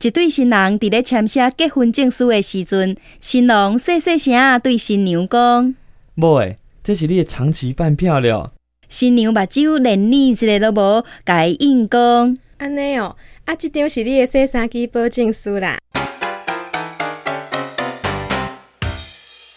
一对新人伫咧签写结婚证书的时阵，新郎细细声啊对新娘讲：某诶，这是你的长期饭票了。新娘目睭连呢一个都无，甲伊应讲。安尼哦，啊，即张是你的洗衫机保证书啦。